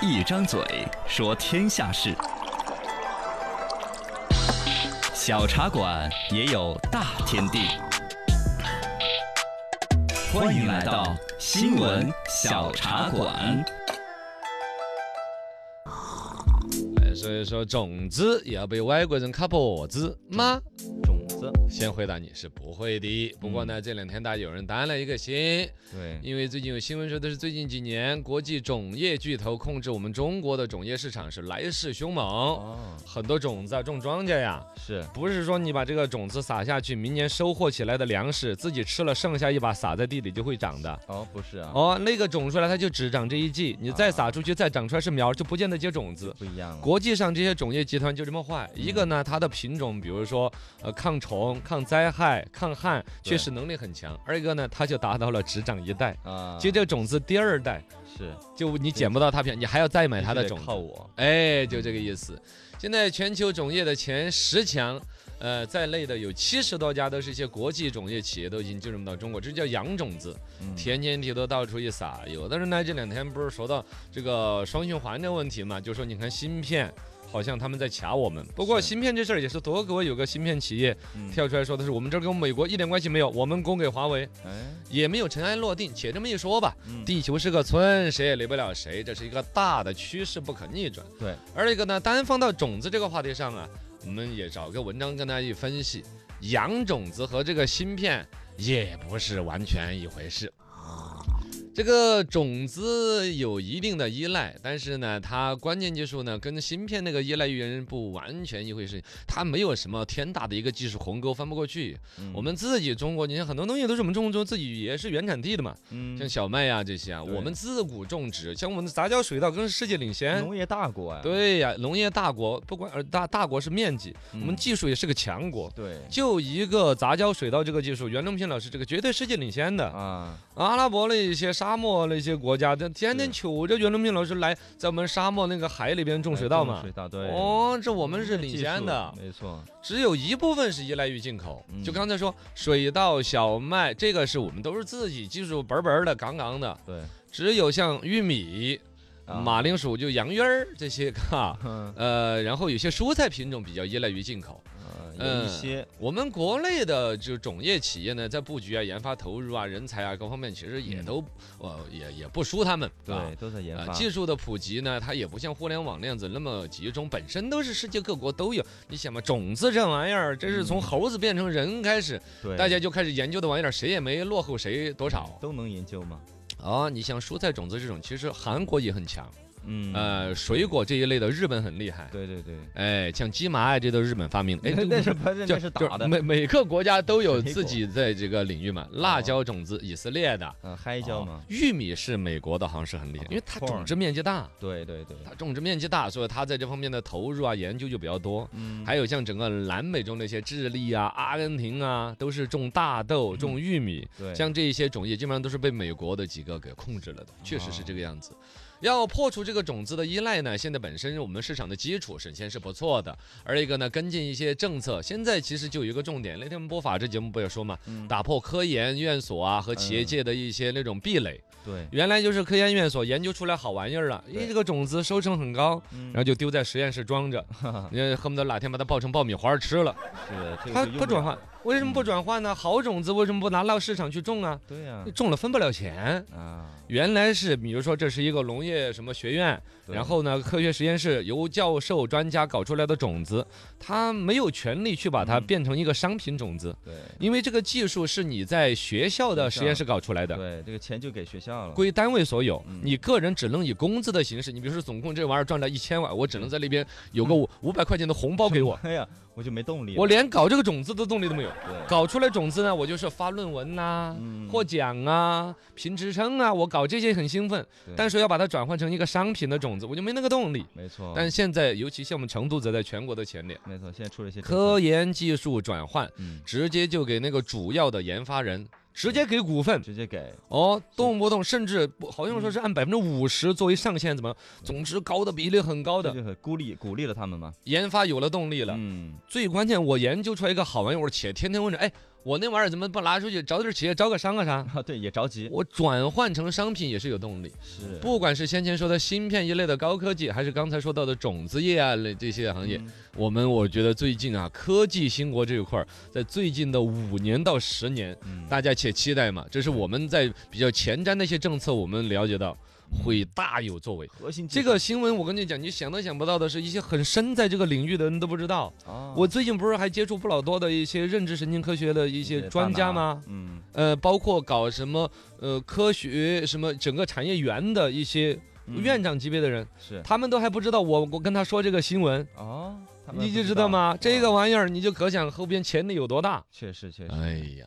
一张嘴说天下事，小茶馆也有大天地。欢迎来到新闻小茶馆。哎，所以说种子也要被外国人卡脖子吗？种子，嗯先回答你是不会的。不过呢，这两天大家有人担了一个心，对，因为最近有新闻说的是最近几年国际种业巨头控制我们中国的种业市场是来势凶猛，哦，很多种子啊种庄稼呀。是，不是说你把这个种子撒下去，明年收获起来的粮食自己吃了剩下一把撒在地里就会长的。哦，不是啊，哦，那个种出来它就只长这一季，你再啊撒出去再长出来是苗，就不见得结种子。不一样了，国际上这些种业集团就这么坏，嗯一个呢，它的品种，比如说呃抗虫、抗灾害、抗旱，确实能力很强；二一个呢，它就达到了只长一代，啊，就这个种子第二代是就你捡不到它片，你还要再买它的必须得种靠子。我，嗯哎，就这个意思。现在全球种业的前十强。呃，在内的有七十多家，都是一些国际种业企业，都已经进入到中国，这叫洋种子。嗯田间地头到处一撒。有的人呢，这两天不是说到这个双循环的问题嘛，就说你看芯片。好像他们在卡我们，不过是芯片这事儿也是德国有个芯片企业嗯跳出来说的是，我们这儿跟美国一点关系没有，我们供给华为哎，也没有尘埃落定。且这么一说吧，嗯地球是个村，谁也离不了谁，这是一个大的趋势，不可逆转。对，而一个呢，单放到种子这个话题上啊，我们也找个文章跟大家一分析，洋种子和这个芯片也不是完全一回事。这个种子有一定的依赖，但是呢，它关键技术呢跟芯片那个依赖源不完全一回事，它没有什么天大的一个技术鸿沟翻不过去。嗯我们自己中国，你看很多东西都是我们中国自己也是原产地的嘛，嗯像小麦呀、这些啊，对我们自古种植，像我们的杂交水稻更是世界领先。农业大国啊，对呀、农业大国，不管呃大大国是面积，我嗯，们技术也是个强国。对就一个杂交水稻这个技术，袁隆平老师这个绝对世界领先的。啊，阿拉伯那些沙漠那些国家，这天天是求着袁隆平老师来咱们沙漠那个海里边种水稻嘛哎水。稻对，哦，这我们是这领技先术的，没错，只有一部分是依赖于进口。嗯就刚才说水稻、小麦，这个是我们都是自己技术本本的、杠杠的。对，只有像玉米、啊 马铃薯、就洋芋儿这些哈、嗯，呃，然后有些蔬菜品种比较依赖于进口。呃有一嗯些，我们国内的就种业企业呢，在布局啊、研发投入啊、人才啊各方面，其实也嗯都呃也也不输他们。啊对，都在研呃发，技术的普及呢，它也不像互联网那样子那么集中，本身都是世界各国都有。你想嘛，种子这玩意儿，真是从嗯猴子变成人开始，对，大家就开始研究的玩意儿，谁也没落后谁多少都能研究嘛，啊。你像蔬菜种子这种，其实韩国也很强，嗯，呃，水果这一类的，日本很厉害。对对对，哎，像鸡麻呀，这都是日本发明的。哎， 那这那是不是就那是就打的，每每个国家都有水果自己在这个领域嘛。辣椒种子，以色列的。嗯，嗨椒嘛哦，玉米是美国的，好像是很厉害，因为它 Corn 种植面积大，对对对，它种植面积大，所以它在这方面的投入啊、研究就比较多。嗯，还有像整个南美洲那些智利啊、阿根廷啊，都是种大豆、种玉米，嗯对，像这一些种业基本上都是被美国的几个给控制了的，确实是哦这个样子。要破除这个种子的依赖呢，现在本身我们市场的基础首先是不错的，而一个呢跟进一些政策，现在其实就有一个重点，那天我们播法制节目不也说嘛，嗯打破科研院所啊和企业嗯界的一些那种壁垒，对，原来就是科研院所研究出来好玩意儿了，因为对这个种子收成很高，嗯然后就丢在实验室装 着，你恨不得哪天把它爆成爆米花儿吃了。是这个它就用不转了换，为什么不转换呢？好种子为什么不拿到市场去种啊？对呀、种了分不了钱。啊，原来是，比如说这是一个农业什么学院，对然后呢，科学实验室由教授专家搞出来的种子，他没有权利去把它嗯变成一个商品种子，对因为这个技术是你在学校的学实验校室搞出来的。对，这个钱就给学校了，归单位所有嗯，你个人只能以工资的形式。你比如说，总共这玩意儿赚了一千万，我只能在那边有嗯个五五百块钱的红包给我，哎呀，我就没动力了，我连搞这个种子的动力都没有。对，搞出来种子呢，我就是发论文呐、嗯获奖啊、评职称啊，我搞这些很兴奋对，但是要把它转换成一个商品的种子，我就没那个动力。没错，但现在，尤其像我们成都，则在全国的前列，没错，现在出了一些政科策，研技术转换嗯，直接就给那个主要的研发人直接给股份直接给，哦，动不动甚至不好像说是按百分之五十作为上限，怎么，总之高的比例很高这的就很鼓励鼓励了他们嘛，研发有了动力了。嗯， 最关键，我研究出来一个好玩意儿，我且天天问着，哎，我那玩意儿怎么不拿出去找点企业招个商啊啥？啊，对，也着急，我转换成商品也是有动力。是不管是先前说的芯片一类的高科技，还是刚才说到的种子业啊类这些行业，嗯我们我觉得最近啊，科技兴国这一块儿，在最近的五年到十年，嗯大家且期待嘛。这是我们在比较前瞻的一些政策，我们了解到会大有作为。核心技这个新闻我跟你讲，你想都想不到的是，一些很深在这个领域的人都不知道。术啊我最近不是还接触不老多的一些认知神经科学的一些专家吗？？你的大脑嗯，呃，包括搞什么呃科学什么整个产业园的一些嗯院长级别的人，是他们都还不知道我我跟他说这个新闻，哦，他们你不就知道吗？这个哦玩意儿你就可想后边潜力有多大。确实确实，哎呀，